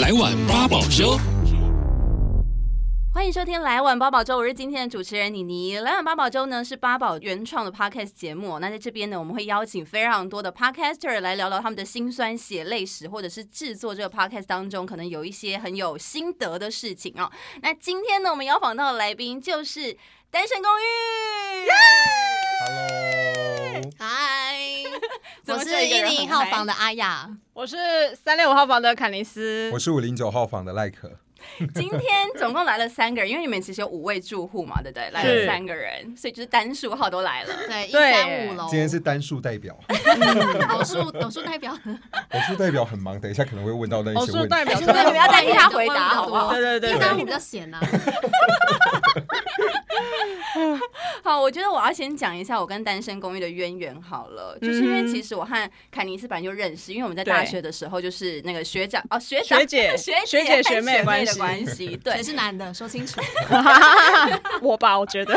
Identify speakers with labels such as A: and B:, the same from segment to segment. A: 来碗八宝粥。
B: 欢迎收听《来碗八宝粥》，我是今天的主持人妮妮。《来碗八宝粥》呢是八宝原创的 podcast 节目，那在这边呢，我们会邀请非常多的 podcaster 来聊聊他们的辛酸血泪史，或者是制作这个 podcast 当中可能有一些很有心得的事情哦。那今天呢，我们邀访到的来宾就是《单身公寓》
C: Hello，
D: 嗨，
B: 怎
D: 我
B: 么
D: 是
B: 这一个
D: 一
B: 人
D: 零
B: 很
D: 号
B: 嗨
D: 房的阿雅，
E: 我是三六五号房的坎尼斯
C: 我，是五零九号房的赖可。
B: 今天总共来了三个人，因为你们其实有五位住户嘛，对不对？来了
E: 是
B: 三个人，所以就是单数号都来了。
D: 对，一
E: 对
D: 三五楼。
C: 今天是单数代表，
D: 偶数偶数 代表，
C: 偶数代表很忙，等一下可能会问到那
E: 偶
C: 一些
E: 数
C: 问
E: 代
C: 题。
E: 表
D: 哎
B: 对， 你不要担心他回答，好
D: 问比较
B: 不
D: 多
B: 好？
E: 对对
D: 一三
E: 对对
D: 五比较闲呐。
B: 好，我觉得我要先讲一下我跟《单身公寓》的渊源好了，就是因为
E: 嗯
B: 其实我和凯尼斯本来就认识，因为我们在
E: 对
B: 大学的时候就是那个学长哦学长
E: 学 姐
B: 学姐
E: 学姐
B: 和学
E: 学妹
B: 的
E: 的关
B: 系
E: 系，
B: 对
D: 谁。是男的？说清楚。
E: 我吧，我觉得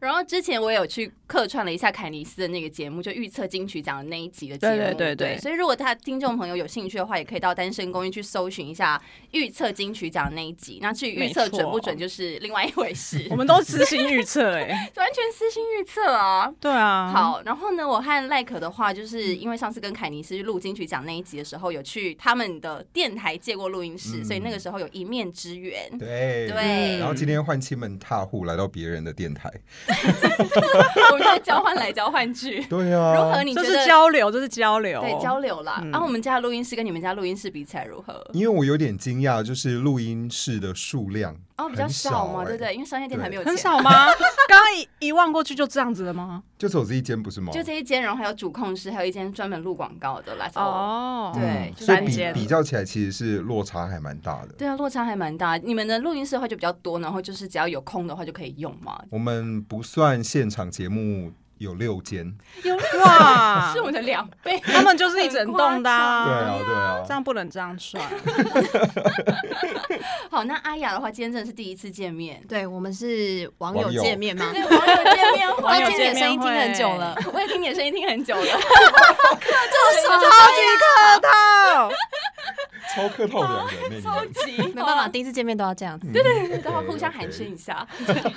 B: 然后之前我有去客串了一下凯尼斯的那个节目，就预测金曲奖的那一集的节目。
E: 对对对对
B: 所以如果他听众朋友有兴趣的话，也可以到单身公寓去搜寻一下预测金曲奖那一集。那至于预测
E: 没错
B: 准不准，就是另外一回事，
E: 我们都私心预测哎，
B: 完全私心预测啊。
E: 对啊，，嗯
B: 好，然后呢，我和赖可的话，就是因为上次跟凯尼斯录金曲奖那一集的时候，有去他们的电台借过录音室，
C: 嗯
B: 所以那个时候有一面之缘。
C: 对
B: 对
C: 然后今天换亲门踏户来到别人的电台。
B: 我们在交换来交换 去，
C: 对
B: 如何？
C: 啊，
B: 你觉
E: 呃这
B: 得
E: 是交流，这是交流，
B: 对交流啦？
E: 嗯
B: 然后、我们家的录音室跟你们家录音室比起来如何？
C: 因为我有点惊讶，就是录音室的数量
B: 哦，比较
C: 很
B: 少嘛，
C: 欸
B: 对不对？？因为商业电台没有
E: 很
B: 钱，
E: 少吗？刚刚一一望过去就这样子了吗？
C: 就走这一间不是吗？
B: 就这一间，然后还有主控室，还有一间专门录广告的啦。哦，
E: 哦，
B: 对
C: 嗯
B: 就是
C: 所以
E: 三间
C: 比比较起来，其实是落差还蛮大的。
B: 对啊，落差还蛮大。你们的录音室的话就比较多，然后就是只要有空的话就可以用嘛。
C: 我们不算现场节目有六间，
E: 哇
B: 是，我们的两倍。
E: 他们就是一整栋的
C: 对
E: 啊，
C: 啊，对啊
E: 这。样不能这样算，
B: 好，那阿雅的话，今天真的是第一次见面。
D: 对我们是网
C: 网
D: 友
C: 友
D: 见面嘛，
B: 对，网友见面会，
D: 但
E: 友
D: 今天
E: 见
D: 的
E: 面
D: 声音听很久了，
B: 我也听你的声音听很久了，
D: 超
E: 客套，
C: 超客套的两个嗯人，超级
D: 没办法，第一次见面都要这样子。
C: 对对对
B: 都要互相寒暄一下。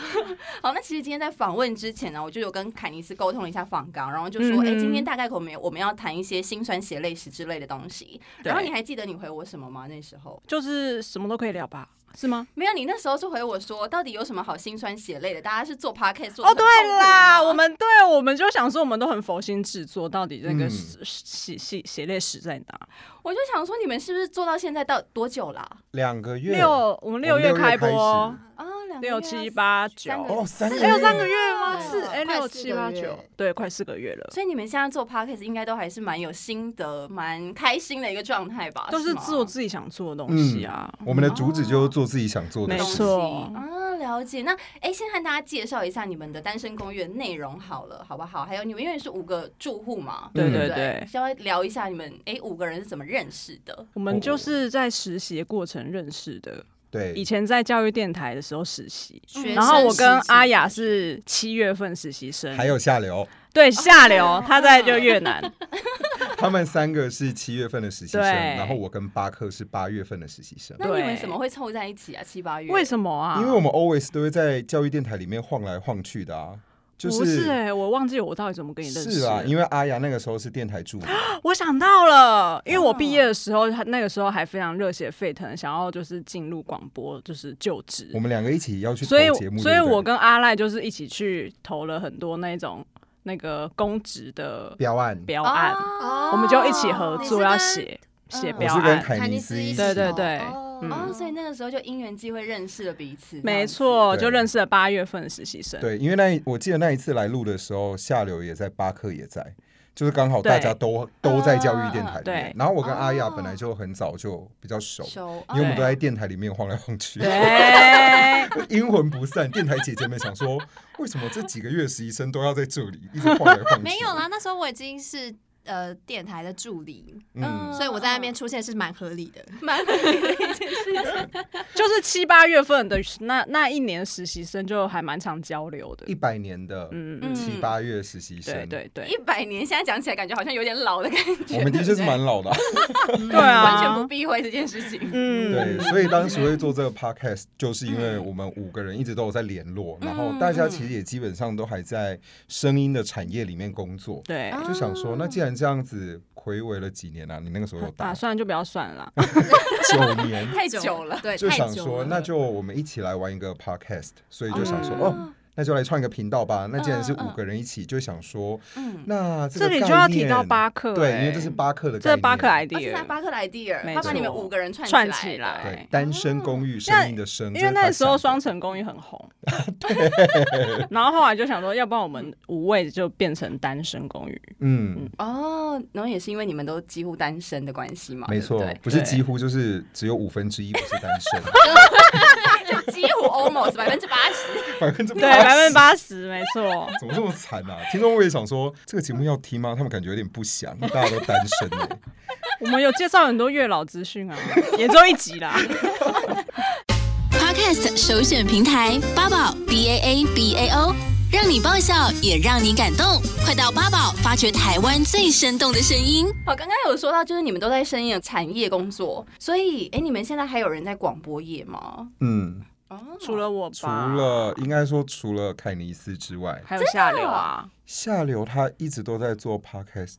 B: 好，那其实今天在访问之前呢，我就有跟凯尼斯沟通了一下访纲，然后就说，
E: 嗯
B: 哎、今天大概我们我们要谈一些辛酸血泪史之类的东西。然后你还记得你回我什么吗？那时候
E: 就是什么都可以聊吧，是吗？
B: 没有，你那时候是回我说，到底有什么好辛酸血泪的？大家是做 podcast 做得
E: 哦，
B: 很痛
E: 对
B: 苦
E: 啦，
B: 吗
E: 我们对，我们就想说，我们都很佛心制作，到底那个
C: 嗯
E: 血血血泪史在哪？
B: 我就想说，你们是不是做到现在到多久啦、
C: 两个月
E: 六，我们六月开播，哦
B: 啊？两个月啊
E: 六七。八九
B: 三，个
C: 哦，三个
E: 还有
C: 月
E: 三个月吗？
D: 对
E: 四，哎，
D: 快
E: 六
D: 四
E: 七
D: 个
E: 八
D: 月
E: 九，对，快四个月了，
B: 所以你们现在做 podcast 应该都还是蛮有心得、蛮开心的一个状态吧？
E: 都是
B: 吗
E: 做自己想做的东西啊。
C: 我们的主旨就是做自己想做的
E: 没
B: 东
C: 事。
B: 西
E: 错
B: 啊，了解。那哎，先和大家介绍一下你们的单身公寓的内容好了，好不好？还有你们因为是五个住户嘛，
E: 对
C: 嗯
E: 对
B: 不
E: 对，
B: 稍微聊一下你们哎五个人是怎么认识的？
E: 我们就是在实习的过程认识的，
C: 对，
E: 以前在教育电台的时候实习。
D: 学生
E: 然后我跟
D: 时期
E: 阿雅是七月份实习生，
C: 还有下流，
E: 对下流，她在就 越南，
C: 他们三个是七月份的实习生，
E: 对
C: 然后我跟巴克是八月份的实习生。
B: 那你们
E: 对
B: 怎么会凑在一起啊？七八月？
E: 为什么啊？
C: 因为我们 always 都会在教育电台里面晃来晃去的啊，就
E: 不是
C: 是
E: 哎、我忘记我到底怎么跟你认识
C: 是啊，
E: 了
C: 因为阿雅那个时候是电台助理，
E: 我想到了，因为我
C: 哦
E: 毕业的时候，他那个时候还非常热血沸腾，想要就是进入广播，就是就职
C: 我。们两个一起要去投
E: 所以
C: 节，目，
E: 所以
C: 对不对
E: 我跟阿赖就是一起去投了很多那种那个公职的
C: 标案，
E: 标案，
B: 啊？
E: 我们就一起合
D: 你是
E: 作
D: 跟
E: 要写写
B: 嗯
C: 我
E: 标
C: 是跟
E: 案。
C: 凯
D: 凯
C: 尼
D: 尼
C: 斯
D: 斯
C: 一
D: 一
C: 起
D: 起
E: 对对对
D: 哦
E: 嗯
B: 哦，所以那个时候就因缘际会认识了彼此，这
E: 没
B: 样子。
E: 错，
C: 对
E: 就认识了八月份的实习生。
C: 对，因为那一我记得那一次来录的时候，下流也在，巴克也在，就是刚好大家都都在教育电台里面
E: 啊对。
C: 然后我跟阿雅
B: 哦
C: 本来就很早就比较熟，
B: 熟，
C: 因为我们
E: 对
C: 都在电台里面晃来晃去，
E: 对，
C: 阴魂不散。电台姐姐们想说，为什么这几个月实习生都要在这里一直晃来晃去？
D: 没有啦，那时候我已经是呃电台的助理，
C: 嗯，
D: 所以我在那边出现是蛮合理的。
B: 蛮合理的一件事情。
E: 就是七八月份的那那一年实习生就还蛮常交流的
C: 一。百年的
E: 嗯嗯，
C: 七八月实习生，
E: 对对对
B: 一，百年，现在讲起来感觉好像有点老的感觉。
C: 我们的确是蛮老的啊，
E: 对啊，
B: 完全不避讳这件事情。
E: 嗯，
C: 对，所以当时会做这个 podcast，就是因为我们五个人一直都有在联络，
E: 嗯
C: 然后大家其实也基本上都还在声音的产业里面工作，
E: 对，
C: 就想说，那既然这样子，回违了几年啊？你那个时候有
E: 打
C: 打
E: 算就不要算了
C: 啊
E: 啦。
C: 九 年，
B: 太久 了，
D: 对，
C: 就
D: 太
C: 想
D: 久
C: 说，
D: 了
C: 那就我们一起来玩一个 podcast，所以就想说，
E: 嗯
C: 哦，那就来创一个频道吧。那既然是五个人一起，就想说，
B: 嗯，
C: 那这
E: 这
C: 个
E: 里
C: 概
E: 就要提到
C: 念
E: 巴克
C: 对，
E: 欸
C: 因为这是巴克的概
E: 这
C: 念，
E: 巴克
B: 而且他
E: idea，
B: 巴克莱蒂尔，
E: 没
B: 他把你们
E: 错
B: 五个人串
E: 串
B: 起
E: 起
B: 来的。
E: 来
C: 对，单身公寓声音的声，
E: 因
C: 嗯这
E: 为
C: 是他
E: 哎哦那时候
C: 想的
E: 双城公寓很 红， 然后后来就想说，要不然我们五位就变成单身公 寓，
C: 嗯，
B: 哦，然后也是因为你们都几乎单身的关系嘛，
C: 没
B: 对不
C: 错
B: 对，
C: 不是
E: 对
C: 几乎就是只有五分之一不是单 身，
B: 啊就几乎 almost 百分之八十。
C: 百分之
E: 对，百分之
C: 八
E: 八十，没错。
C: 十，怎么这么惨啊？听众我也想说，这个节目要听吗？他们感觉有点不想，大家都单身 欸
E: 我们有介绍很多月老资讯 啊，也只有一集啦。
A: Podcast 首选平台八宝 B A A B A O，让你爆笑也让你感动。快到八宝发掘台湾最生动的声音。
B: 好，刚刚有说到，就是你们都在声音的产业工作，所以，哎，你们现在还有人在广播业吗？
C: 嗯，
B: 哦，
E: 除了我吧，
C: 除了应该说除了凯尼斯之外，
E: 还有下流啊，
C: 下流他一直都在做 podcast，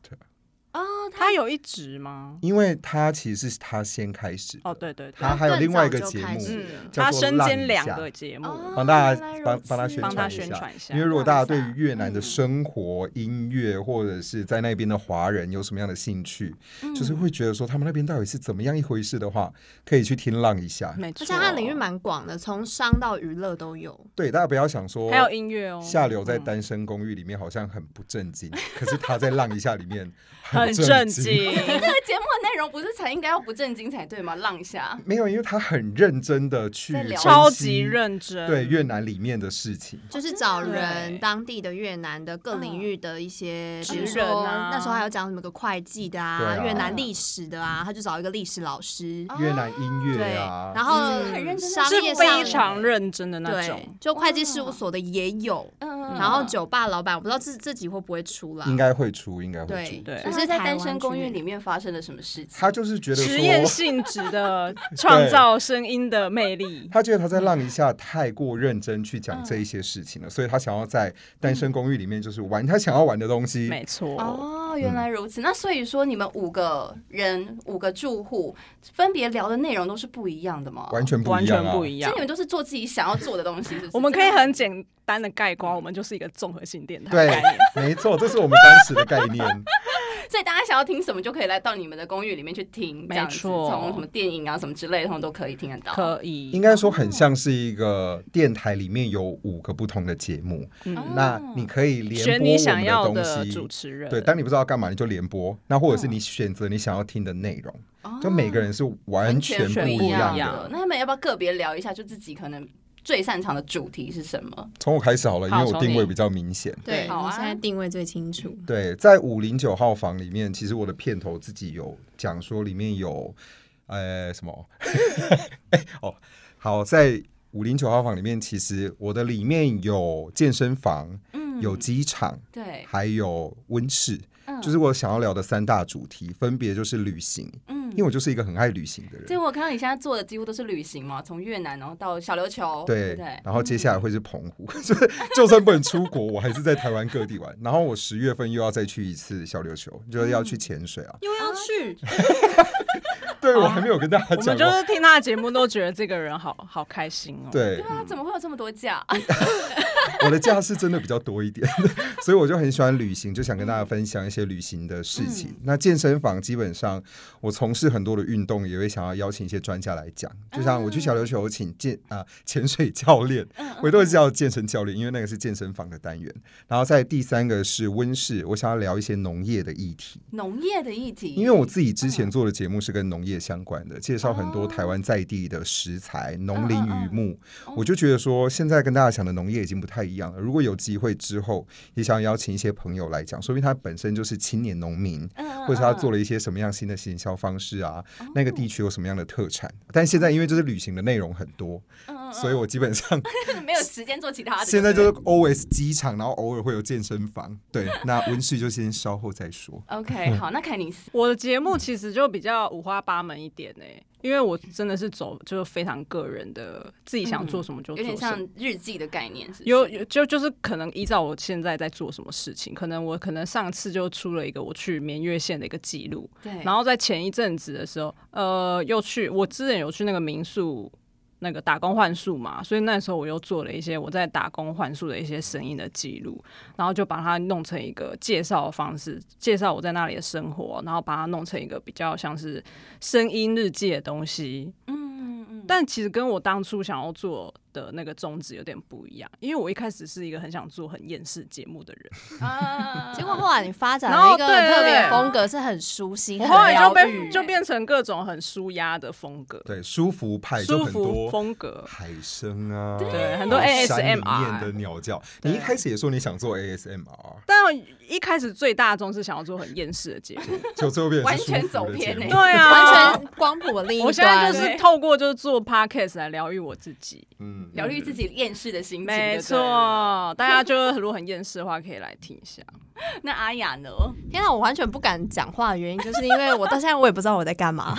B: 哦，他
E: 他有一职吗？
C: 因为他其实是他先开始的
E: 哦，对对对
C: 他，还有另外一个
D: 更早就
C: 节
D: 开
C: 目
D: 始了
E: 嗯，
C: 叫
E: 他
C: 做
E: 身
C: 浪
E: 兼
C: 一
E: 两
C: 下
E: 个节目，
B: 哦
C: 帮
B: 原
C: 大
B: 来
C: 家
B: 如
C: 帮帮他
B: 此
C: 宣
E: 帮他
C: 传一
E: 宣
C: 下
E: 传一。下嗯
C: 因为如果大家对
B: 哇塞
C: 于越南的生活、音乐或者是在那边的华人有什么样的兴趣，
E: 嗯
C: 就是会觉得说他们那边到底是怎么样一回事的话，可以去听浪一下。
E: 没
D: 而
E: 错，
D: 且它领域蛮广的，从商到娱乐都有。
C: 对，大家不要想说
E: 还有音乐哦，
C: 下流在单身公寓里面好像很不正经，可是他在浪一下里 面
E: 很
C: 正
E: 震惊。
B: 这个节目的内容不是才应该要不正经才对吗？浪一下，
C: 没有，因为他很认真的去
B: 在聊
C: 分析
E: 超级认真，
C: 对越南里面的事情。
E: 哦
D: 就是找人
E: 对
D: 当地的越南的各领域的一些
E: 嗯职
D: 比如说
E: 人啊
D: 那时候还有讲什么个会计
C: 对
D: 的啊，
C: 啊
D: 越南历史的啊，他就找一个历史老师，
E: 哦
C: 越
B: 哦
C: 南音乐
D: 对，
C: 啊，
D: 然后
B: 嗯很认真的
D: 商
E: 是
D: 业上
E: 非常认真的那
D: 对
E: 种，，
D: 就会计事务所的也有，
B: 嗯
D: 然后酒吧老板我不知道自自己会不会出来，
C: 应该会出，应该会
D: 对
C: 出。
E: 对
B: 那
D: 只
B: 是
D: 是
B: 在
D: 台
B: 单
D: 湾
B: 身公
D: 区
B: 寓里面发生了什么事情？
C: 他就是觉得
E: 实验
C: 说，
E: 性质 的创造声音的魅力。
C: 他觉得他
E: 嗯
C: 在浪一下太过认真去讲这一些事情了，所以他想要在单身公寓里面就是玩他想要玩的东西。
E: 嗯没错，
C: 嗯
B: 哦，原来如此。那所以说，你们五个人、五个住户分别聊的内容都是不一样的吗？
C: 完全不
E: 完
C: 一样
E: 全
C: 啊！
E: 不一
B: 所
E: 样
B: 以你。们都是做自己想要做的东 西，是不是？
E: 我们可以很简单的概括，我们就是一个综合性电台的
C: 对
E: 概 念。，
C: 没错，这是我们当时的概 念。
B: 所以大家想要听什么就可以来到你们的公寓里面去听，这样子
E: 没错
B: 从什么电影啊什么之类的，他们都可以听得到。
E: 可以，
C: 应该说很像是一个电台里面有五个不同的节目，
E: 嗯
C: 那你可以连
E: 选
C: 播
E: 你
C: 我
E: 想
C: 们
E: 要
C: 东
E: 的
C: 西。
E: 主持人。嗯
C: 对，当你不知道干嘛，你就连播，那或者是你选择你想要听的内容，
E: 哦
C: 就每个人是完全不
B: 全
C: 一样
B: 样
C: 的。
B: 那他们要不要个别聊一下，就自己可能最擅长的主题是什么？
C: 从我开始好了，因
E: 好
C: 为我
E: 从
C: 定位
E: 你
C: 比较明显。
D: 对，
B: 好啊
D: 你现在定位最清楚，
E: 嗯
C: 对，在五零九号房里面，其实我的片头自己有讲说里面有，呃，什么？ 哎、哦，好，在五零九号房里面，其实我的里面有健身房，
B: 嗯
C: 有机场，
B: 对，
C: 还有温室，
B: 嗯
C: 就是我想要聊的三大主题，分别就是旅行，
B: 嗯
C: 因为我就是一个很爱旅行的
B: 所以
C: 人。
B: 我看到你现在做的几乎都是旅行嘛，从越南然后到小琉球，对
C: 对
B: 不对，
C: 然后接下来会是澎 湖，就是就算不能出国，我还是在台湾各地玩。然后我十月份又要再去一次小琉球，就是要去潜水啊。
D: 又要去，
C: 对，我还没有跟大家
E: 我
C: 讲
E: 们
C: 过。
E: 就是听他的节目都觉得这个人好好开心哦。，
C: 对
B: 对，啊，怎么会有这么多假？
C: 我的假是真的比较多一点， 所以我就很喜欢旅行，就想跟大家分享一些旅行的事情。
E: 嗯
C: 那健身房基本上我从事很多的运动，也会想要邀请一些专家来讲。
E: 嗯
C: 就像我去小琉球我请健啊潜水教练，
E: 嗯
C: 我都是叫健身教练，因为那个是健身房的单元。然后在第三个是温室，我想要聊一些农业的议题。
B: 农业的议题，
C: 因为我自己之
B: 嗯
C: 前做的节目是跟农业相关的，介绍很多
B: 哦嗯
C: 台湾在地的食材、农林渔牧，我就觉得说现在跟大家想的农业已经不太一样了。如果有机会之后，也想邀请一些朋友来讲，说明他本身就是青年农民，
B: 嗯哦
C: 或者他做
B: 了，
C: 了一些什么样新的行销方式啊，那个地区有什么样的特产。但现在因为就是旅行的内容很多，
B: 嗯嗯嗯
C: 所以我基 本上
B: 没有时间做其他的。
C: 现在
B: 对
C: 就
B: 不
C: 是
B: 对
C: always 机场，然后偶尔会有健身房。对，那温室就先稍后再说。
B: OK，好，那凯尼斯，
E: 我的节目其实就比较五花八门一点呢、因为我真的是走就是非常个人的，自己想做什么就
B: 嗯有
E: 做
B: 点
E: 什
B: 像
E: 么。
B: 日记的概念，是不是
E: 有有就就是可能依照我现在在做什么事情，可能我可能上次就出了一个我去绵月县的一个记录，
B: 对，
E: 然后在前一阵子的时候，呃，又去我之前有去那个民宿那个打工换宿嘛，所以那时候我又做了一些我在打工换宿的一些生意的记录，然后就把它弄成一个介绍的方式，介绍我在那里的生活，然后把它弄成一个比较像是声音日记的东西。
B: 嗯嗯嗯，
E: 但其实跟我当初想要做的那个宗旨有点不一样，因为我一开始是一个很想做很厌世节目的人。
B: 啊
D: 结果后来你发展
E: 然
D: 了
E: 后
D: 一个很特别
E: 对
D: 的风格，是很舒心，
E: 我
D: 很
E: 后来就
D: 疗
E: 被
D: 愈
E: 就变成各种很舒压的风格，
C: 对，舒服派就
E: 舒
C: 很
E: 服
C: 多
E: 风格。
C: 海声啊，
E: 对，很多
C: 山里面的
E: ASMR。
C: 鸟叫。
E: 对
C: 你一开始也说你想做 ASMR，
E: 但一开始最大宗是想要做很厌世的节目，
C: 就最后变成
B: 完
C: 是
B: 全
C: 舒服
B: 走
C: 的
B: 偏
C: 节目
B: 欸
E: 对啊，
D: 完全光谱的另一端。
E: 我现在就
B: 对
E: 是透过就是做 podcast 来疗愈我自己，
C: 嗯，
B: 疗愈自己厌世的心情，对
E: 没
B: 不
E: 错
B: 对。
E: 大家就是如果很厌世的话，可以来听一下。
B: 那阿雅 呢？
D: 天啊，我完全不敢讲话的 原因，就是因为我到现在我也不知道我在干 嘛。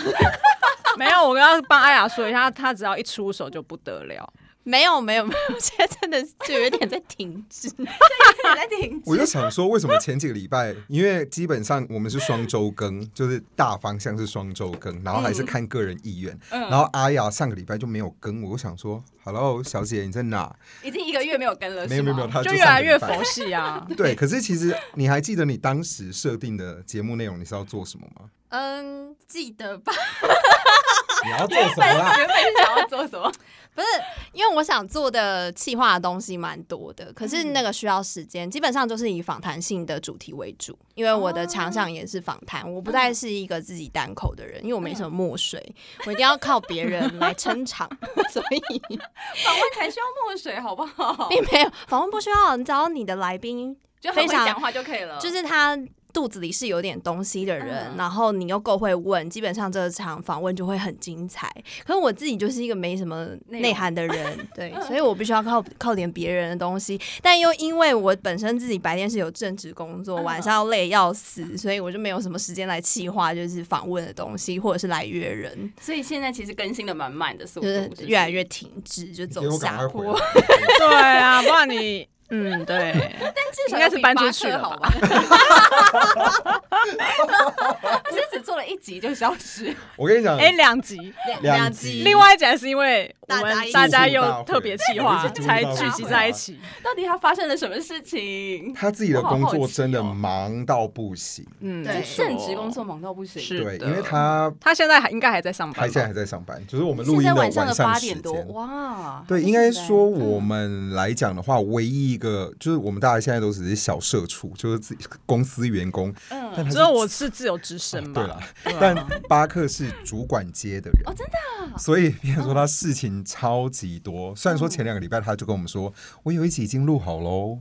E: 没有，我刚刚帮阿雅说一下，她只要一出手就不得了。
D: 没有没有没有，我现在真的就有点在停滞。
B: 你在听
C: 我就想说，为什么前几个礼拜，因为基本上我们是双周更，就是大方向是双周更，然后还是
E: 嗯
C: 看个人意愿。然后阿雅上个礼拜就没有更，我就想说，Hello，小姐你在哪？
B: 已经一个月没有跟了，
C: 没有没
B: 是
C: 有
B: 吗
C: 没有，她
E: 就
C: 啊上
E: 越来
C: 个礼
E: 越
C: 拜
E: 佛系啊。
C: 对，可是其实你还记得你当时设定的节目内容你是要做什么吗？
D: 嗯，记得吧？
C: 你要做什么啦？
B: 原本是想要做什 么？
D: 不是，因为我想做的企划的东西蛮多的，可是那个需要时间，基本上就是以访谈性的主题为主，因为我的强项也是访谈，我不再是一个自己单口的人，因为我没什么墨水，我一定要靠别人来撑 场，所以
B: 访问哎才需要墨水，好不好？
D: 并没有访问不需要，你只要你的来宾
B: 就很会
D: 非常
B: 讲话就可以了。
D: 就是他肚子里是有点东西的人，
B: 嗯
D: 然后你又够会问，基本上这场访问就会很精彩。可是我自己就是一个没什么
B: 内容
D: 内涵的 人，对，所以我必须要靠靠点别人的东西。但又因为我本身自己白天是有正职工作，
B: 嗯
D: 晚上要累要死，所以我就没有什么时间来气化，就是访问的东西，或者是来约人，
B: 所以现在其实更新的蛮慢的速度，
D: 就是
B: 是不是
D: 越来越停滞，就走
C: 给我赶
D: 下
C: 快回。
D: 坡
C: 来。
E: 对啊，不然你嗯对，
B: 至少
E: 应该是搬出去
B: 有比巴
E: 了
B: 克好吧？而且只做了一集就消失，
C: 我跟你讲，
E: 哎两集，
C: 两集
E: 另外一集还是因为我
D: 大家
E: 们
D: 一起
E: 大家
C: 住大
E: 又
C: 会
E: 特别企
C: 我
E: 划
C: 们一起住
E: 才
C: 大会
E: 聚集在一起。
B: 到底他发生了什么事情？
C: 他自己的工作真的忙到不行，
E: 嗯，
D: 对
E: 没错
B: 正职工作忙到不行，
E: 是
C: 对，
E: 的
C: 因为他
E: 他现在还应该还在上
C: 他
E: 班
C: 现在
E: 吧，
C: 还在上班，就是我们
B: 现
C: 录音
B: 在
C: 晚
B: 晚上的八
C: 时
B: 点
C: 间。
B: 多，哇！
C: 对，应该说我们来讲的话，唯一一个就是我们大家现在都只是小社畜，就是自己公司员工。
B: 嗯
C: 但他是
E: 只有我是自由之身吧。
C: 对啦，但巴克是主管阶的人
B: 哦真
C: 的，所以别人说他事情超级多。虽然说前两个礼拜他就跟我们说，我有一集已经录好喽，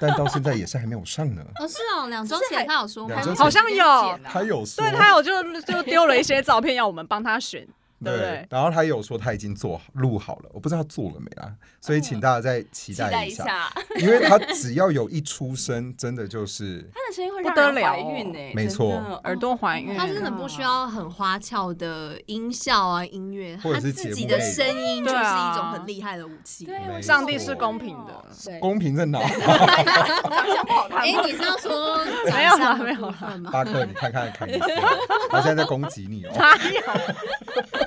C: 但到现在也是还没有上呢。
D: 哦，是哦，两周
B: 前
D: 他有说
C: 吗两周前
E: 好像有，
C: 他有说，
E: 对他有就就丢了一些照片要我们帮他选，对
C: 对
E: 不对，？
C: 然后他有说他已经做好录好了，我不知道做了没啊，所
E: 嗯
C: 以请大家再期
B: 期待
C: 待
B: 一
C: 一
B: 下，
C: 下，
B: 他
C: 因为他只要有一出声，真的就是
B: 的声音会
E: 不
B: 让
E: 得
B: 人
E: 了
B: 怀孕呢，
C: 没错
B: 真的
E: 耳朵怀孕，
B: 他
D: 他
B: 真
D: 真
B: 的
D: 的
B: 不
D: 不
B: 需
D: 需
B: 要
D: 要很花俏的音效啊、音乐，
C: 或者
D: 他
C: 是
D: 自
C: 节
D: 己
C: 目
D: 的
C: 内容
D: 声音就是
E: 对啊
D: 一种很厉害的武器。
B: 对，啊我
C: 没
E: 上帝是公平
B: 哦
E: 的，
D: 对
C: 公平在哪？
B: 长相不好看
D: 哎、
B: 吗？
D: 你是要说
E: 没有啦
D: 长相的
E: 没有啦
D: 部分吗？
C: 巴克，你看看看一下，他现在在攻击你哦。
E: 哪有？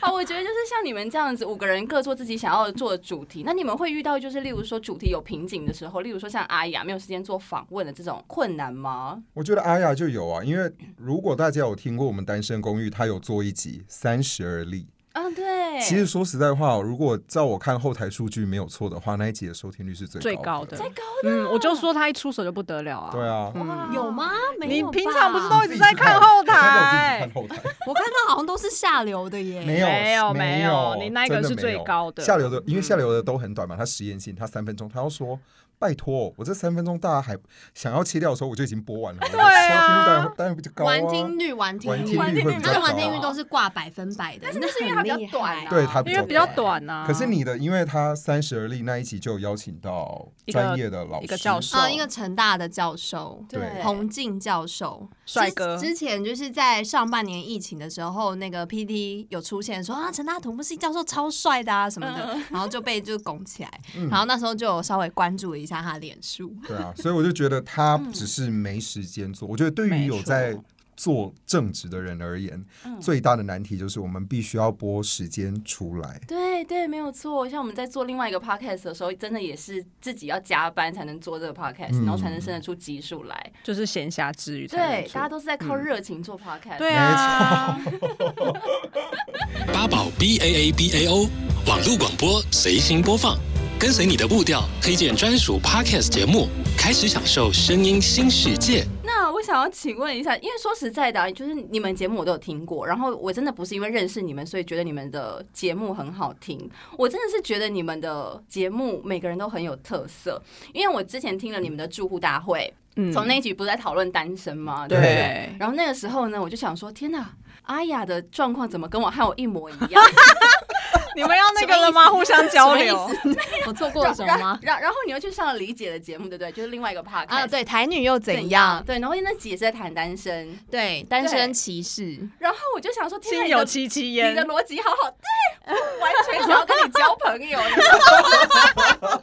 B: 啊，我觉得就是像你们这样子，五个人各做自己想要做的主题。那你们会遇到就是例如说主题有瓶颈的时候，例如说像阿啊雅没有时间做访问的这种困难吗？
C: 我觉得阿雅就有啊，因为如果大家有听过我们《单身公寓》，它有做一集《三十而立
B: 啊，对，》。
C: 其实说实在话哦，如果照我看后台数据没有错的话，那一集的收听率是最
E: 最
C: 高
E: 高
C: 的。
E: 的，嗯，我就说他一出手就不得了啊。
C: 对啊，
E: 嗯，
D: 有吗？没
E: 你
D: 有吧
E: 平常不是都一直在看后
C: 你才给我自己
E: 台
C: 看？后台，
D: 我看到好像像都是下流的耶。
C: 没有
E: 没有
C: 没
E: 没有你那一个
C: 真的
E: 是最
C: 没有
E: 高的嗯
C: 下流的，因为下流的都很短嘛，它实验性，它三分钟，他要说。拜托，我这三分钟大家还想要切掉的时候，我就已经播完 了。对啊，当然当然比较高啊。
D: 完听率，完听率，
C: 完听率会比较
D: 他的完
C: 高啊
D: 听率都是挂百分百的，那
B: 是因为它比较短啊
D: 啊。
C: 对它
E: 因为比较短啊。
C: 可是你的，因为他三十而立那一集就有邀请到
E: 一个
C: 专业的老师，
E: 一个教授
D: 啊，一个成大的教授，
C: 对
D: 洪静教授，
E: 帅哥
D: 之之前就是在上半年疫情的时候，那个 P D 有出现说啊，陈大土木系教授超帅的啊什么的， 然后就被就拱起来，
E: 嗯
D: 然后那时候就有稍微关注了一下他脸书，
C: 对啊，所以我就觉得 他
D: 嗯
C: 只是没时间做。我觉得对于
E: 没
C: 有
E: 错
C: 在做正职的人而言，
D: 嗯
C: 最大的难题就是我们必须要拨时间出来。
B: 对对，没有错。像我们在做另外一个 podcast 的时候，真的也是自己要加班才能做这个 podcast，、
C: 嗯
B: 然后才能生得出集数来。
E: 就是闲暇之余才能
B: 对，
E: 做
B: 大家都是在
C: 嗯
B: 靠热情做 podcast。
E: 对啊，
F: 八宝 B A A B A O 网络广播随心播放，跟随你的步调，推荐专属 Podcast 节目，开始享受声音新世界。
B: 那我想要请问一下，因为说实在的、啊，就是你们节目我都有听过，然后我真的不是因为认识你们，所以觉得你们的节目很好听，我真的是觉得你们的节目每个人都很有特色。因为我之前听了你们的住户大会，
E: 嗯
B: 从那一集不是在讨论单身吗？对不对。
E: 对，
B: 然后那个时候呢，我就想说，天哪，阿雅的状况怎么跟我和我一模 一样？
E: 你们要那个了吗？互相交流，
D: 我错过了什么吗？
B: 然然后你又去上了理解的节目，对不对？就是另外一个 part
D: 啊，对，台女又
B: 怎
D: 怎样？
B: 对，然后那集也是在谈单身，
D: 对，单身歧视，
B: 然后我就想说，天哪，
E: 心
B: 你
E: 有
B: 的
E: 戚戚
B: 你的
E: 焉。
B: 逻辑好好，对，我完全想要跟你交朋友。 你知道吗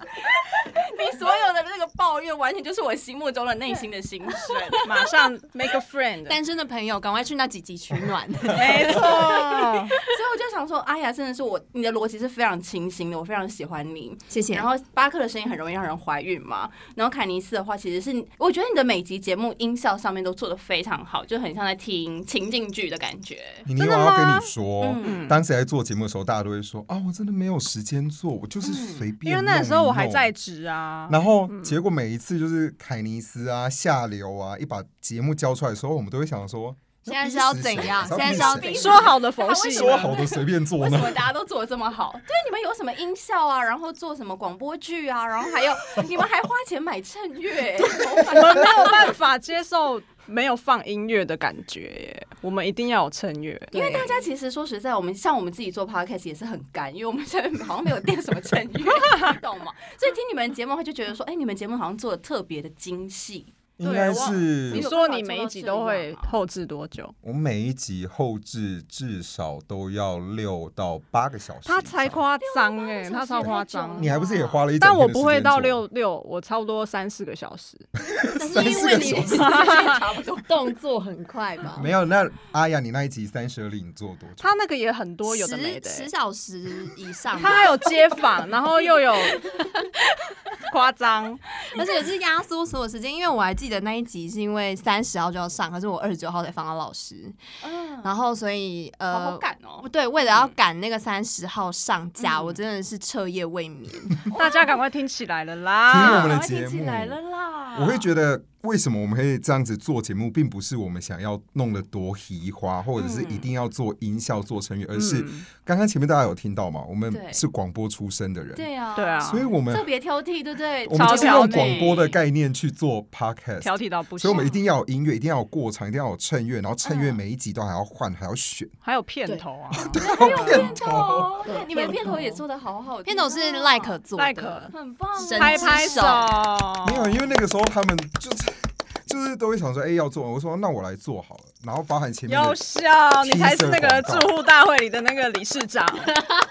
B: 你所有的那个抱怨，完全就是我心目中的内心的心声。
E: 马上 make a friend，
D: 单身的朋友赶快去那几集取暖。
E: 没 错，
B: 所以我就想说，阿雅真的是我，你的逻辑是非常清新的，我非常喜欢你。
D: 谢谢。
B: 然后巴克的声音很容易让人怀孕嘛，然后凯尼斯的话，其实是我觉得你的每集节目音效上面都做的非常好，就很像在听情境剧的感觉。
C: 你我要跟你说，
E: 嗯
C: 当时在做节目的时候，大家都会说啊，我真的没有时间做，我就是随便、
E: 嗯因
C: 弄
E: 为那时候我还
C: 一弄
E: 在职啊。
C: 然后结果每一次就是凯尼斯啊、下流啊，一把节目交出来的时候，我们都会想说，
D: 现在是要
C: 逼死谁
D: 怎样
C: 谁
D: 现在
C: 逼
D: 是要
C: 谁
D: 逼
E: 说好的佛 系呢，
C: 说好的随便 做
B: 为
C: 呢
B: 什？ 么大家都做的这么好？对，你们有什么音效啊？然后做什么广播剧啊？然后还有 你们还花钱买衬乐、
E: 我们没有办法接受没有放音乐的感觉耶，我们一定要有衬乐。
B: 因为大家其实说实在，我们像我们自己做 podcast 也是很干，因为我们现在好像没有垫什么衬乐，你懂吗？所以听你们节目，他就觉得说，哎、你们节目好像做的特别的精细。
C: 应该
E: 对我
C: 是
E: 你说你每一集都会后置多久？
C: 我每一集后置至少都要六到八个小时以上，
E: 他才夸张哎，
B: 六
E: 他
B: 到八个小时也太
E: 超夸
B: 久
E: 张
C: 啊你。还不是也花了一整
E: 但我
C: 天的
E: 不会
C: 时间
E: 到
C: 做
E: 六六，我差不多三四个小时。
D: 可是因为你
B: 差不多。
D: 动作很快吧？
C: 没有。那阿雅，你那一集三十而立，你做多久？
E: 他那个也很多，有的没的欸
D: 十
E: 耶
D: 十。小时以上吧，
E: 他还有街访，然后又 有夸张，
D: 而且是压缩所有时间，因为我还记得那一集是因为三十号就要上，可是我二十九号才放到老师，
B: 嗯，
D: 然后所以呃，
B: 好好赶哦。嗯
D: 对，为了要赶那个三十号上架，我真的是彻夜未眠。
E: 大家赶快听起来了
C: 听我
E: 啦！
B: 赶
C: 们的
B: 快
C: 节
B: 听起
C: 目，
B: 来了
E: 啊
B: 啦！
C: 我会觉得为什么我们可以这样子做节目，并不是我们想要弄得多奇花，或者是一定要做音效、做成
E: 嗯
C: 语，而是刚刚前面大家有听到嘛，我们
B: 对
C: 是广播出身的人，
B: 对啊，
E: 对啊，，
C: 所以我们
B: 特别挑剔，对不对？
C: 我们就是
E: 超
C: 用
E: 挑
C: 广
E: 剔
C: 播的概念去做 podcast，
E: 挑剔到不嗯
C: 所以我们一
E: 行，
C: 定要有音乐，一定要有过场，一定要有衬乐，然后衬乐每一集都还要换，还要选。
E: 还有片头啊，
B: 还有片头，你们片头也做的好好听啊，
D: 片头是赖可做的，
E: 赖可
B: 很棒啊，
D: 神
E: 拍拍手，哦
C: 没有，因为那个时候他们就是就是都会想说，哎、要做，我说那我来做好了。然后包含前面的
E: 优，秀，你才是那个住户大会里的那个理事长。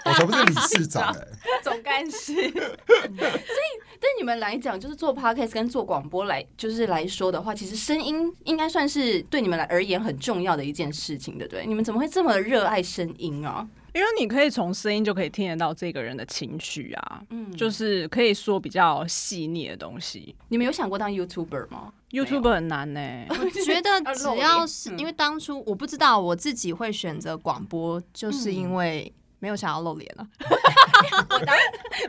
C: 我才不哦是理事 长哎、
B: 总干 事。所以对你们来讲，就是做 podcast 跟做广播来，就是来说的话，其实声音应该算是对你们来而言很重要的一件事情，对不对？你们怎么会这么热爱声音啊？
E: 因为你可以从声音就可以听得到这个人的情绪啊，
B: 嗯
E: 就是可以说比较细腻的东西。
B: 你们有想过当 YouTuber 吗？
E: YouTube 很难呢、
D: 我觉得
B: 要
D: 只
B: 露脸
D: 要是
B: 嗯
D: 因为当初我不知道我自己会选择广播，就是因为没有想要露脸啊，
B: 嗯 我当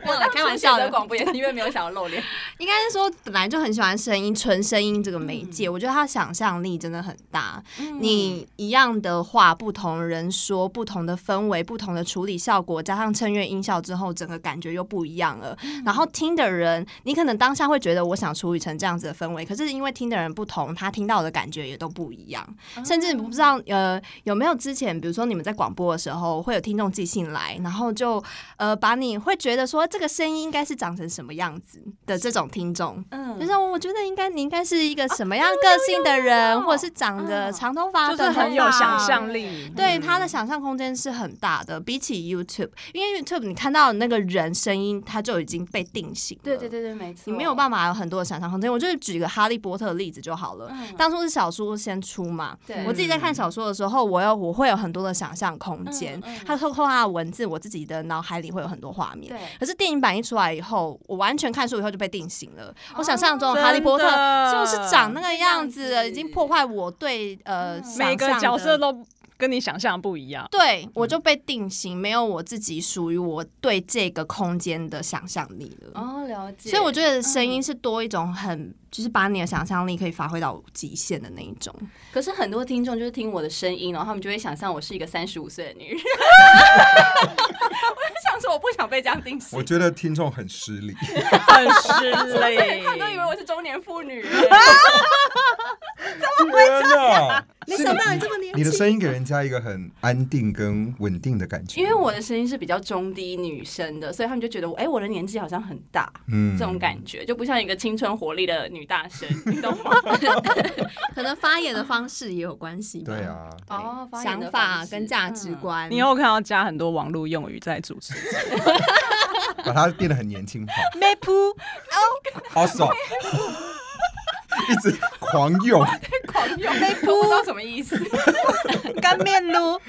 B: 我当
D: 开玩笑的
B: 初学广播也是因为没有想要露脸，
D: 应该是说本来就很喜欢声音，纯声音这个媒介，我觉得他想象力真的很大。你一样的话，不同人说，不同的氛围，不同的处理效果，加上衬乐音效之后，整个感觉又不一样了。然后听的人，你可能当下会觉得我想处理成这样子的氛围，可是因为听的人不同，他听到的感觉也都不一样。甚至不知道呃有没有之前，比如说你们在广播的时候，会有听众寄信来，然后就呃把你会觉得说这个声音应该是长成什么样子的这种听众，
B: 嗯
D: 就是我觉得应该你应该是一个什么样个性的人，
B: 有有
D: 或者是长着
B: 嗯
D: 长头发
E: 就
D: 的，
E: 是很有
D: 短头发
E: 想象力。嗯
D: 对他的想象空间是很大的，比起 YouTube，因为 YouTube 你看到的那个人声音，他就已经被定型了。
B: 对对对对，没错，
D: 你没有办法有很多的想象空间。我就举个哈利波特的例子就好了。
B: 嗯
D: 当初是小说先出嘛
B: 对，
D: 我自己在看小说的时候，我有我会有很多的想象空间
B: 嗯嗯，
D: 它透过它的文字，我自己的脑海里会有很多画面
B: 对。
D: 可是电影版一出来以后，我完全看书以后就被定型了。我想象中的哈利波特
E: 哦真的
D: 就是长那个样子
B: 这样
D: 了，
B: 子
D: 已经破坏我对呃
E: 每个
D: 想象
E: 角
D: 的
E: 色都嗯跟你想象不一样。
D: 对我就被定型，没有我自己属于我对这个空间的想象力了。
B: 哦，了解。
D: 所以我觉得声音是多一种很，就是把你的想象力可以发挥到极限的那一种。
B: 可是很多听众就是听我的声音，然后他们就会想象我是一个三十五岁的女人。我就想说，我不想被这样定性
C: 我，觉得听众很失礼。
E: 很 失 礼，
B: 他们都以为我是中年妇女。
C: 天哪！
D: 没
C: 是
D: 想到你这么年
C: 你的
D: 轻
C: 声音给人家一个很安定跟稳定的感觉。
B: 因为我的声音是比较中低女生的，所以他们就觉得我，哎、我的年纪好像很大，
C: 嗯
B: 这种感觉就不像一个青春活力的女大生，你懂吗？
D: 可能发言的方式也有关系吧。
C: 对，啊，
B: 哦发言的
D: 想法
B: 方式
D: 跟价值观，
E: 你以后看到加很多网络用语在主持，
C: 把它变得很 年轻化，
E: 没铺
C: 好爽，一直狂用。
B: 狂用， 都不知道什么意思。
E: 干面撸。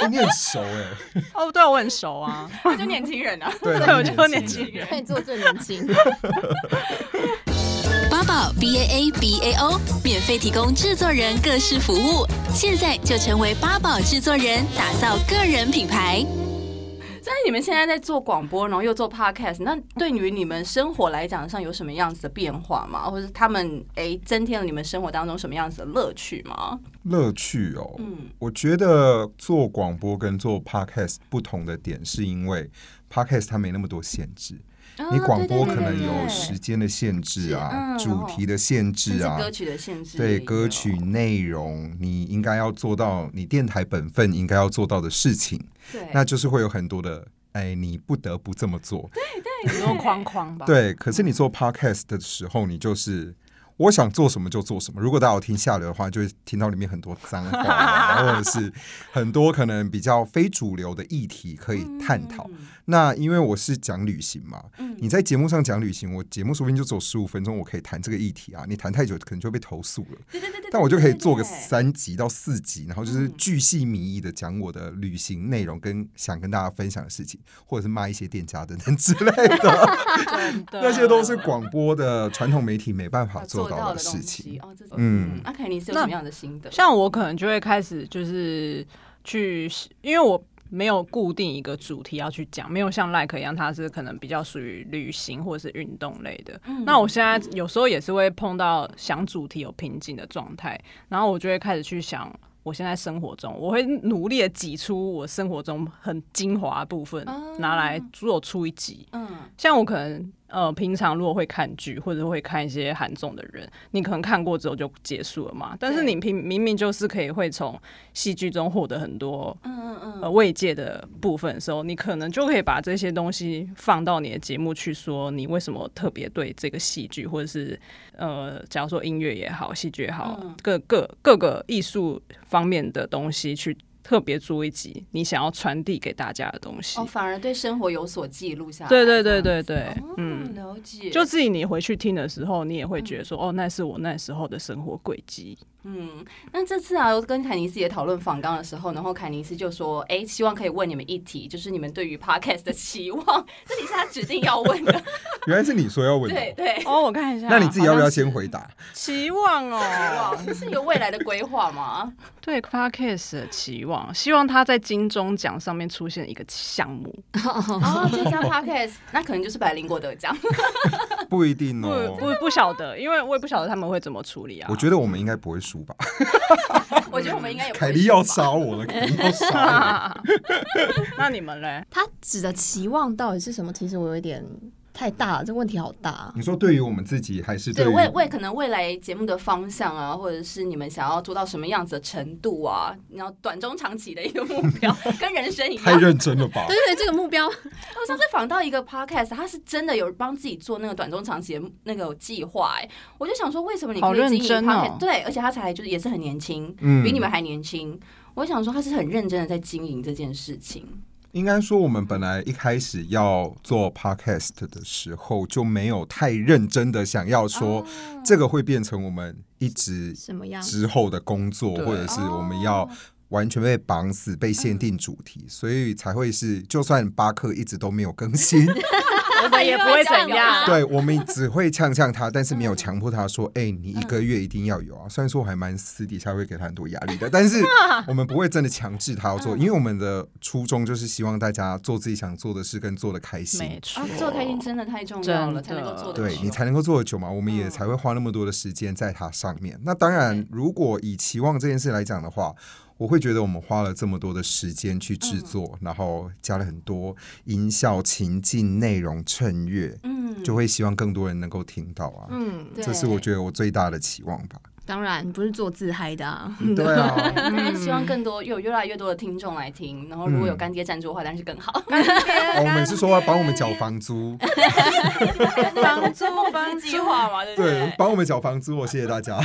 C: 哎你很熟哎，
E: 哦，对我很熟啊，
B: 就年轻人啊，
C: 对，
E: 对我就
C: 你
E: 年
C: 轻人。
E: 轻人。
D: 可以做最年轻。
A: 八宝 B A A B A O 免费提供制作人各式服务，现在就成为八宝制作人，打造个人品牌。
B: 所以你们现在在做广播，然后又做 podcast，那对于你们生活来讲上有什么样子的变化吗？或者是他们哎增添了你们生活当中什么样子的乐趣吗？
C: 乐趣哦，
B: 嗯
C: 我觉得做广播跟做 podcast 不同的点，是因为 podcast 它没那么多限制，
B: 哦
C: 你广播可能有时间的限制啊，
B: 是嗯
C: 主题的限制啊，
B: 甚至歌曲的哦限制也有，
C: 对歌曲内容，你应该要做到你电台本分应该要做到的事情，
B: 对，
C: 那就是会有很多的。哎，你不得不这么做，
E: 很多框框吧？，
C: 对。可
B: 嗯
C: 是你做 podcast 的时候，你就是我想做什么就做什么。如果大家有听下流的话，就会听到里面很多脏 话啊，或者是很多可能比较非主流的议题可以探讨。
B: 嗯
C: 那因为我是讲旅行嘛，你在节目上讲旅行，我节目说不定就只有十五分钟，我可以谈这个议题啊。你谈太久，可能就会被投诉了。
B: 对对对对，
C: 但我就可以做个
B: 对对对
C: 三集到四集，然后就是巨细靡遗的讲我的旅行内容跟想跟大家分享的事情，或者是骂一些店家等等 之类的， 那些都是广播的传统媒体没办法做
B: 到
C: 的
B: 东
C: 事
B: 西
C: 情。
B: 哦，这种
C: 嗯
B: 嗯，阿凯，你是有什么样的心得？
E: 像我可能就会开始就是去，因为我没有固定一个主题要去讲，没有像 Like 一样，它是可能比较属于旅行或者是运动类的。那我现在有时候也是会碰到想主题有瓶颈的状态，然后我就会开始去想。我现在生活中，我会努力的挤出我生活中很精华的部分，拿来做出一集。
B: 嗯，
E: 像我可能呃，平常如果会看剧或者会看一些韩综的人，你可能看过之后就结束了嘛。但是你平明明就是可以会从戏剧中获得很多呃慰藉的部分的时候，你可能就可以把这些东西放到你的节目去说，你为什么特别对这个戏剧或者是呃，假如说音乐也好，戏剧也好，各各各个艺术方面的东西去。特别做一集你想要传递给大家的东西，
B: 哦，反而对生活有所记录下来。
E: 对对对
B: 这样
E: 对对，嗯，
B: 子，了解，
E: 就自己你回去听的时候，你也会觉得说，哦，那是我那时候的生活轨迹。
B: 嗯，那这次啊，我跟凯尼斯也讨论访纲的时候，然后凯尼斯就说：“哎、希望可以问你们一题，就是你们对于 podcast 的期望。”这题是他指定要问的，
C: 原来是你说要问
B: 对
C: 的，
B: 对。
E: 哦，我看一下，
C: 那你自己要不
E: 好
C: 要
E: 像是
C: 先回答？
E: 期望哦？
B: 哇，这是有未来的规划吗？
E: 对 podcast 的期望，希望他在金钟奖上面出现一个项目。
B: 哦，这家 podcast 那可能就是百灵果得奖，
C: 不一定
E: 不
C: 哦。
E: 不不晓得，因为我也不晓得他们会怎么处理啊。
C: 我觉得我们应该不会输吧？
B: 我觉得我们应该也不会
C: 凯莉要
B: 输吧
C: 杀我了，凯莉要杀
E: 那你们嘞？
D: 他指的期望到底是什么？其实我有点太大了，这问题好大啊
C: 我！。你说对于我们自己还是
B: 对，
C: 于
B: 为为可能未来节目的方向啊，或者是你们想要做到什么样子的程度啊，你要短中长期的一个目标， 跟人生一
C: 太
B: 样。
C: 认真了吧
D: 对？对对，这个目标
B: 我上次访到一个 podcast，他是真的有帮自己做那个短中长期的那个计划、哎，我就想说，为什么你可
E: 好
B: 以
E: 认
B: 经营
E: 真
B: podcast？、
E: 哦
B: 对，而且他才就是也是很年轻，
C: 嗯
B: 比你们还年轻。我想说，他是很认真的在经营这件事情。
C: 应该说，我们本来一开始要做 podcast 的时候，就没有太认真的想要说这个会变成我们一直
D: 什么样？
C: 之后的工作，
E: 对
C: 或者是我们要完全被绑死、被限定主题，所以才会是，就算巴克一直都没有更新，
E: 我们也不会
B: 哎
E: 怎 样。
C: 对我们只会呛呛他，但是没有强迫他说，哎、你一个月一定要有
E: 嗯
C: 啊。虽然说我还蛮私底下会给他很多压力的，但 是我们不会真的强制他要做，因为我们的初衷就是希望大家做自己想做的事，跟做的开
E: 嗯没
C: 心。
E: 错
B: 啊，，做开心真的太重要了，才
E: 真
B: 能
E: 的
B: 够做得
C: 对
B: 久
C: 你才能够做得久嘛，我们也才会花那么多的时间在它上面。那当然，如果以期望这件事来讲的话，我会觉得我们花了这么多的时间去制作，
E: 嗯
C: 然后加了很多音效、情境、内容、衬乐，
B: 嗯，
C: 就会希望更多人能够听到啊。
D: 嗯，
B: 对
C: 这是我觉得我最大的期望吧。
D: 当然不是做自嗨的啊。
C: 对啊，
B: 但是希望更多有越来越多的听众来听，然后如果有干爹赞助的话，当然是更好。
C: 啊我们是说要帮我们缴房租，
E: 房租房
B: 计划嘛，对不
C: 对
B: 对，？
E: 嗯
C: 帮我们缴房租，我谢谢大家。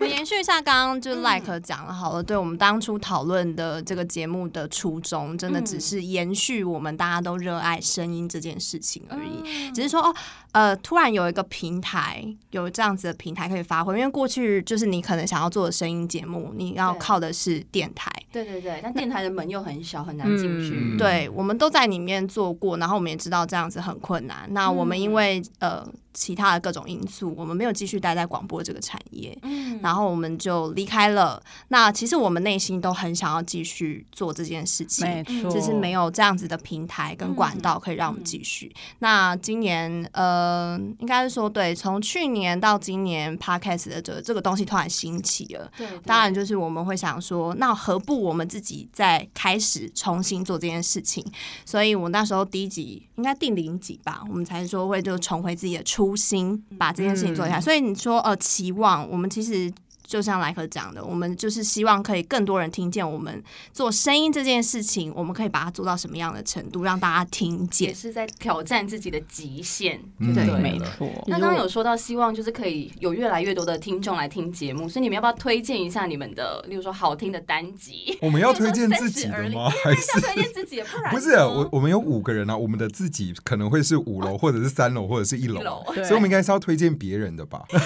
D: 我延续一下刚刚就 like 讲了好了，对我们当初讨论的这个节目的初衷，真的只是延续我们大家都热爱声音这件事情而已。只是说哦，呃，突然有一个平台，有这样子的平台可以发挥，因为过去就是你可能想要做的声音节目，你要
B: 对
D: 靠的是电台。
B: 对对对，但电台的门又很小，很难进去。
E: 嗯
D: 对，我们都在里面做过，然后我们也知道这样子很困难。那我
E: 嗯
D: 们因为、呃其他的各种因素，我们没有继续待在广播这个产业，
B: 嗯
D: 然后我们就离开了。那其实我们内心都很想要继续做这件事
E: 没
D: 情，
E: 错，
D: 只是没有这样子的平台跟管道可以让我们继续。那今年呃，应该是说对，从去年到今年，podcast 的这这个东西突然兴起了。
B: 对，对
D: 当然，就是我们会想说，那何不我们自己再开始重新做这件事情？所以我那时候第一集应该第零集吧，我们才说会就重回自己的初心，把这件事情做
B: 嗯
D: 下来。所以你说呃期望，我们其实。就像莱克讲的，我们就是希望可以更多人听见我们做声音这件事情，我们可以把它做到什么样的程度，让大家听
B: 也
D: 见。
B: 是在挑战自己的极限。
C: 嗯
D: 对
E: 没错。
B: 那刚刚有说到，希望就是可以有越来越多的听众来听节目，所以你们要不要推荐一下你们的，例如说好听的单 集？
C: 我们要推荐自己的吗？ 还
B: 要
C: 是
B: 推荐自己，不然
C: 不是？
B: 呢
C: 我我们有五个人啊，我们的自己可能会是五楼，或者是三楼，或者是一
B: 一
C: 楼
B: 楼
C: 啊，
E: 对
C: 所以我们应该是要推荐别人的吧？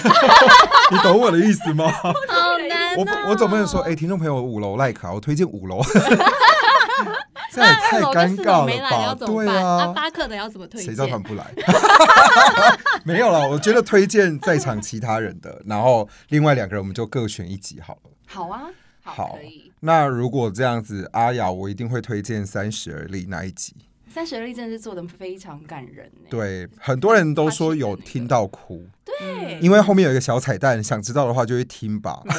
C: 你懂我的意思吗？
D: 好难
C: 我
B: 哦
C: 我总不能说，哎，听众朋友，五楼 like 啊，我推荐五楼，这样也太尴尬了吧？对啊，
D: 克的要怎么推
C: 谁叫他们不来？ 没有啦，我觉得推荐在场其他人的，然后另外两个人我们就各选一集好了。
B: 好啊，
C: 好
B: 可以。
C: 那如果这样子，阿雅我一定会推荐《三十而立》那一集。
B: 三十而立真的是做的非常感人欸呢。
C: 对，很多人都说有听到哭，
B: 对，
C: 因为后面有一个小彩蛋，想知道的话就去听吧。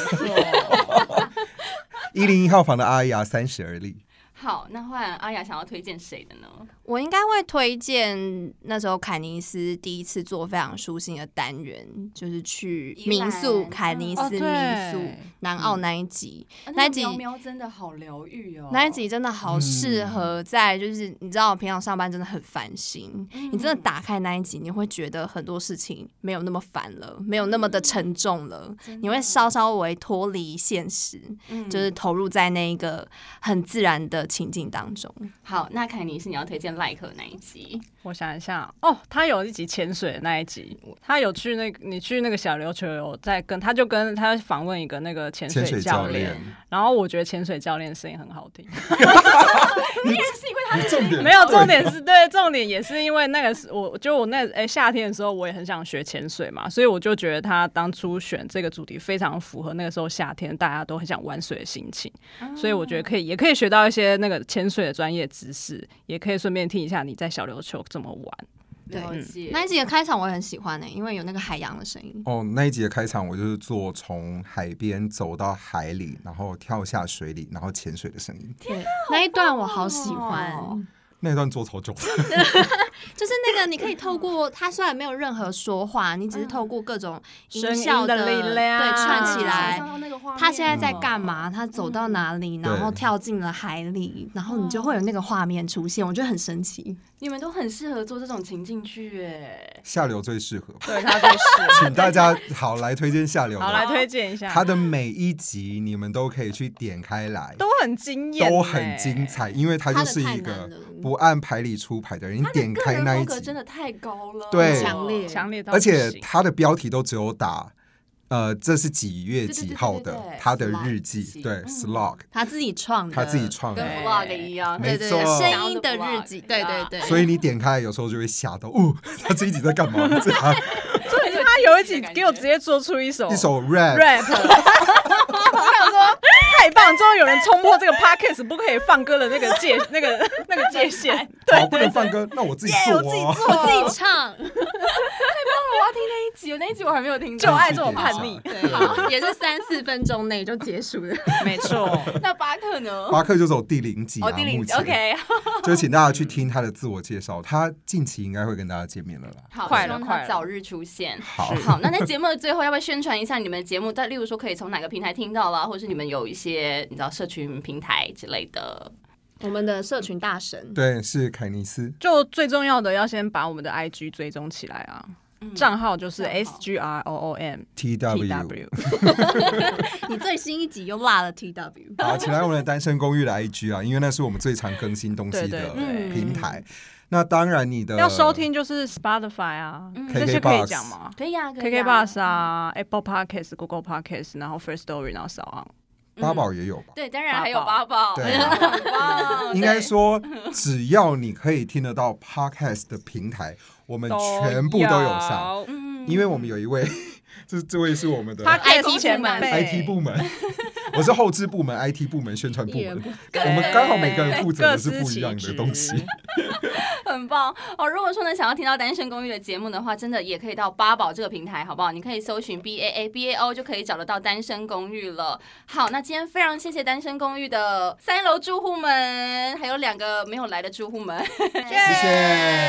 C: 一零一号房的阿雅《三十而立》，
B: 好，那换阿雅想要推荐谁的呢？
D: 我应该会推荐那时候凯尼斯第一次做非常舒心的单元，就是去
B: 宜兰
D: 民宿凯尼斯
E: 哦
D: 民宿、
E: 对
D: 南澳那一集，
B: 啊
D: 那
B: 那
D: 一
B: 个
D: 集
B: 喵喵真的好疗愈哦，
D: 那一集真的好适合在就是、你知道我平常上班真的很烦心，你真的打开那一集，你会觉得很多事情没有那么烦了，没有那么的沉重了，你会稍稍微脱离现实，
B: 嗯
D: 就是投入在那一个很自然的情境当中。
B: 好。那凯尼是你要推荐
G: 跟赖克那一集？
E: 我想一下，哦，他有一集潜水的那一集，他有去那个你去那个小琉球有在跟他就跟他访问一个那个潜
C: 潜水
E: 教
C: 教练，
E: 然后我觉得潜水教练声音很好听，
C: 你重点
E: 没有重点是对，重点也是因为那个是我就我那哎、夏天的时候我也很想学潜水嘛，所以我就觉得他当初选这个主题非常符合那个时候夏天大家都很想玩水的心情，所以我觉得
C: 啊
E: 可以也可以学到一些那个潜水的专业知识，也可以顺便听一下你在小琉球怎么玩。
D: 对
B: 了解。
D: 那一集的开场我也很喜欢呢、欸因为有那个海洋的声音。
C: 哦，那一集的开场我就是做从海边走到海里，然后跳下水里，然后潜水的声音。
D: 对， 那一段我好喜欢哦，
C: 那一段做超久的，
D: 就是那个你可以透过它，虽然没有任何说话，你只是透过各种音
E: 声
D: 效
E: 音的力量
D: 对串起来。
B: 啊想象到那个画面
D: 他现在在干嘛？他走到哪里？然后跳进了海里，然后你就会有那个画面出现，我觉得很神奇。
B: 你们都很适合做这种情境剧哎。
C: 下流最适合。
E: 对，他最是。
C: 请大家好来推荐下流吧。
E: 好，来推荐一下，
C: 它的每一集你们都可以去点开来，
E: 都很惊艳、欸
C: 都
B: 欸
C: 很精。彩，因为它就是一
D: 他的太
C: 个
D: 难了
C: 不按牌理出牌的人。你
B: 他的
C: 点
B: 个
C: 开
B: 人
C: 那一
B: 风格
C: 集
B: 真，的太高了，
C: 对
D: 强烈
E: 强烈到不
C: 而且
E: 行
C: 它的标题都只有打。呃，这是几月几号
B: 对对对对
C: 的
B: 对？
C: 他的
D: slog
C: 日记，对
B: 嗯
C: ，slog，
D: 他自己创的，
C: 他自己创
B: 跟
C: 的，
B: vlog 一样，
C: 没
D: 对
C: 错
D: 对声音的日记，对对 对。
C: 所以你点开来有时候就会吓到，哦， 他这一集在干嘛？这样
E: 重点是他有一集给我直接做出一首
C: 一首 rap，
E: rap，我想说太棒，终于有人冲破这个 podcast 不可以放歌的那个界那个那个界限。
C: 好，不能放歌，那我自己做哦。
D: 我自己唱，
B: 我要听那一集，那一集我还没有 听到，
E: 就 爱这种叛逆，
D: 对，好， 也是三四分钟内就结束的。
E: 没错，
B: 那巴克呢？
C: 巴克就走第零集啊，
B: 哦，第零
C: 目
B: 集
C: 前
B: 哦，OK，
C: 就请大家去听他的自我介绍，他近期应该会跟大家见面了啦。
B: 好，
E: 快
B: 希
E: 了
B: 望
E: 快
B: 他
E: 了
B: 早日出现。
C: 好
B: 好，那在节目的最后，要不要宣传一下你们的节目？在例如说，可以从哪个平台听到啊啦，或者是你们有一些你知道社群平台之类的？
D: 我们的社群大神，
C: 对，是凯尼斯，
E: 就最重要的要先把我们的 IG 追踪起来啊，账号就是 S G R O O M
C: T
E: T
C: W。
E: W。
D: 你最新一集又落了 T W，
C: 好，请来我们的单身公寓的 IG 啊，因为那是我们最常更新东西
E: 对
C: 的
E: 对对
C: 平台。那当然，你的
E: 要收听就是 Spotify 啊，这些可以讲吗？
B: 可以呀、啊、可
E: KK
B: 以、啊。
E: Bus 啊，Apple Podcast、Google Podcast，然后 First Story，然后扫啊。
C: 八宝也有吧？
B: 对，当然还有八宝，
E: 八
C: 对啊
B: 很
E: 哦
B: 棒
C: 应该说，只要你可以听得到 Podcast 的平台，我们全部都有上，
E: 有。
C: 因为我们有一位， 这这位是我们的
E: Podcast
B: IT
E: 前辈
C: IT 部门，我是后置部门、IT 部门、宣传部
D: 艺人
C: 门
D: 部，
C: 我们刚好每个人负责的是不一样的东
E: 各
C: 西
E: 司其职。
B: 很棒哦！如果说呢，想要听到《单身公寓》的节目的话，真的也可以到八宝这个平台，好不好？你可以搜寻 B A A B A O 就可以找得到《单身公寓》了。好，那今天非常谢谢《单身公寓》的三楼住户们，还有两个没有来的住户们，
C: 谢谢。